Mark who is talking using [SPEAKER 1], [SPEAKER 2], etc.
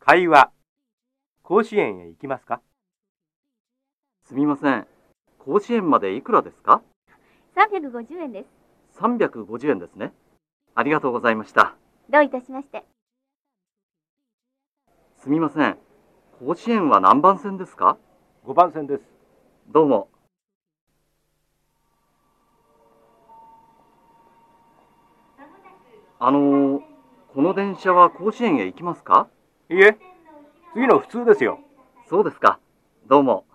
[SPEAKER 1] 会話甲子園へ行きますか
[SPEAKER 2] すみません。甲子園までいくらですか
[SPEAKER 3] 350円です。
[SPEAKER 2] ?350 円ですね。ありがとうございました。
[SPEAKER 3] どういたしまして。
[SPEAKER 2] すみません。甲子園は何番線ですか
[SPEAKER 1] 5番線です
[SPEAKER 2] どうも。あのーこの電車は甲子園へ行きますか
[SPEAKER 1] いいえ次の普通ですよ
[SPEAKER 2] そうですか。どうも。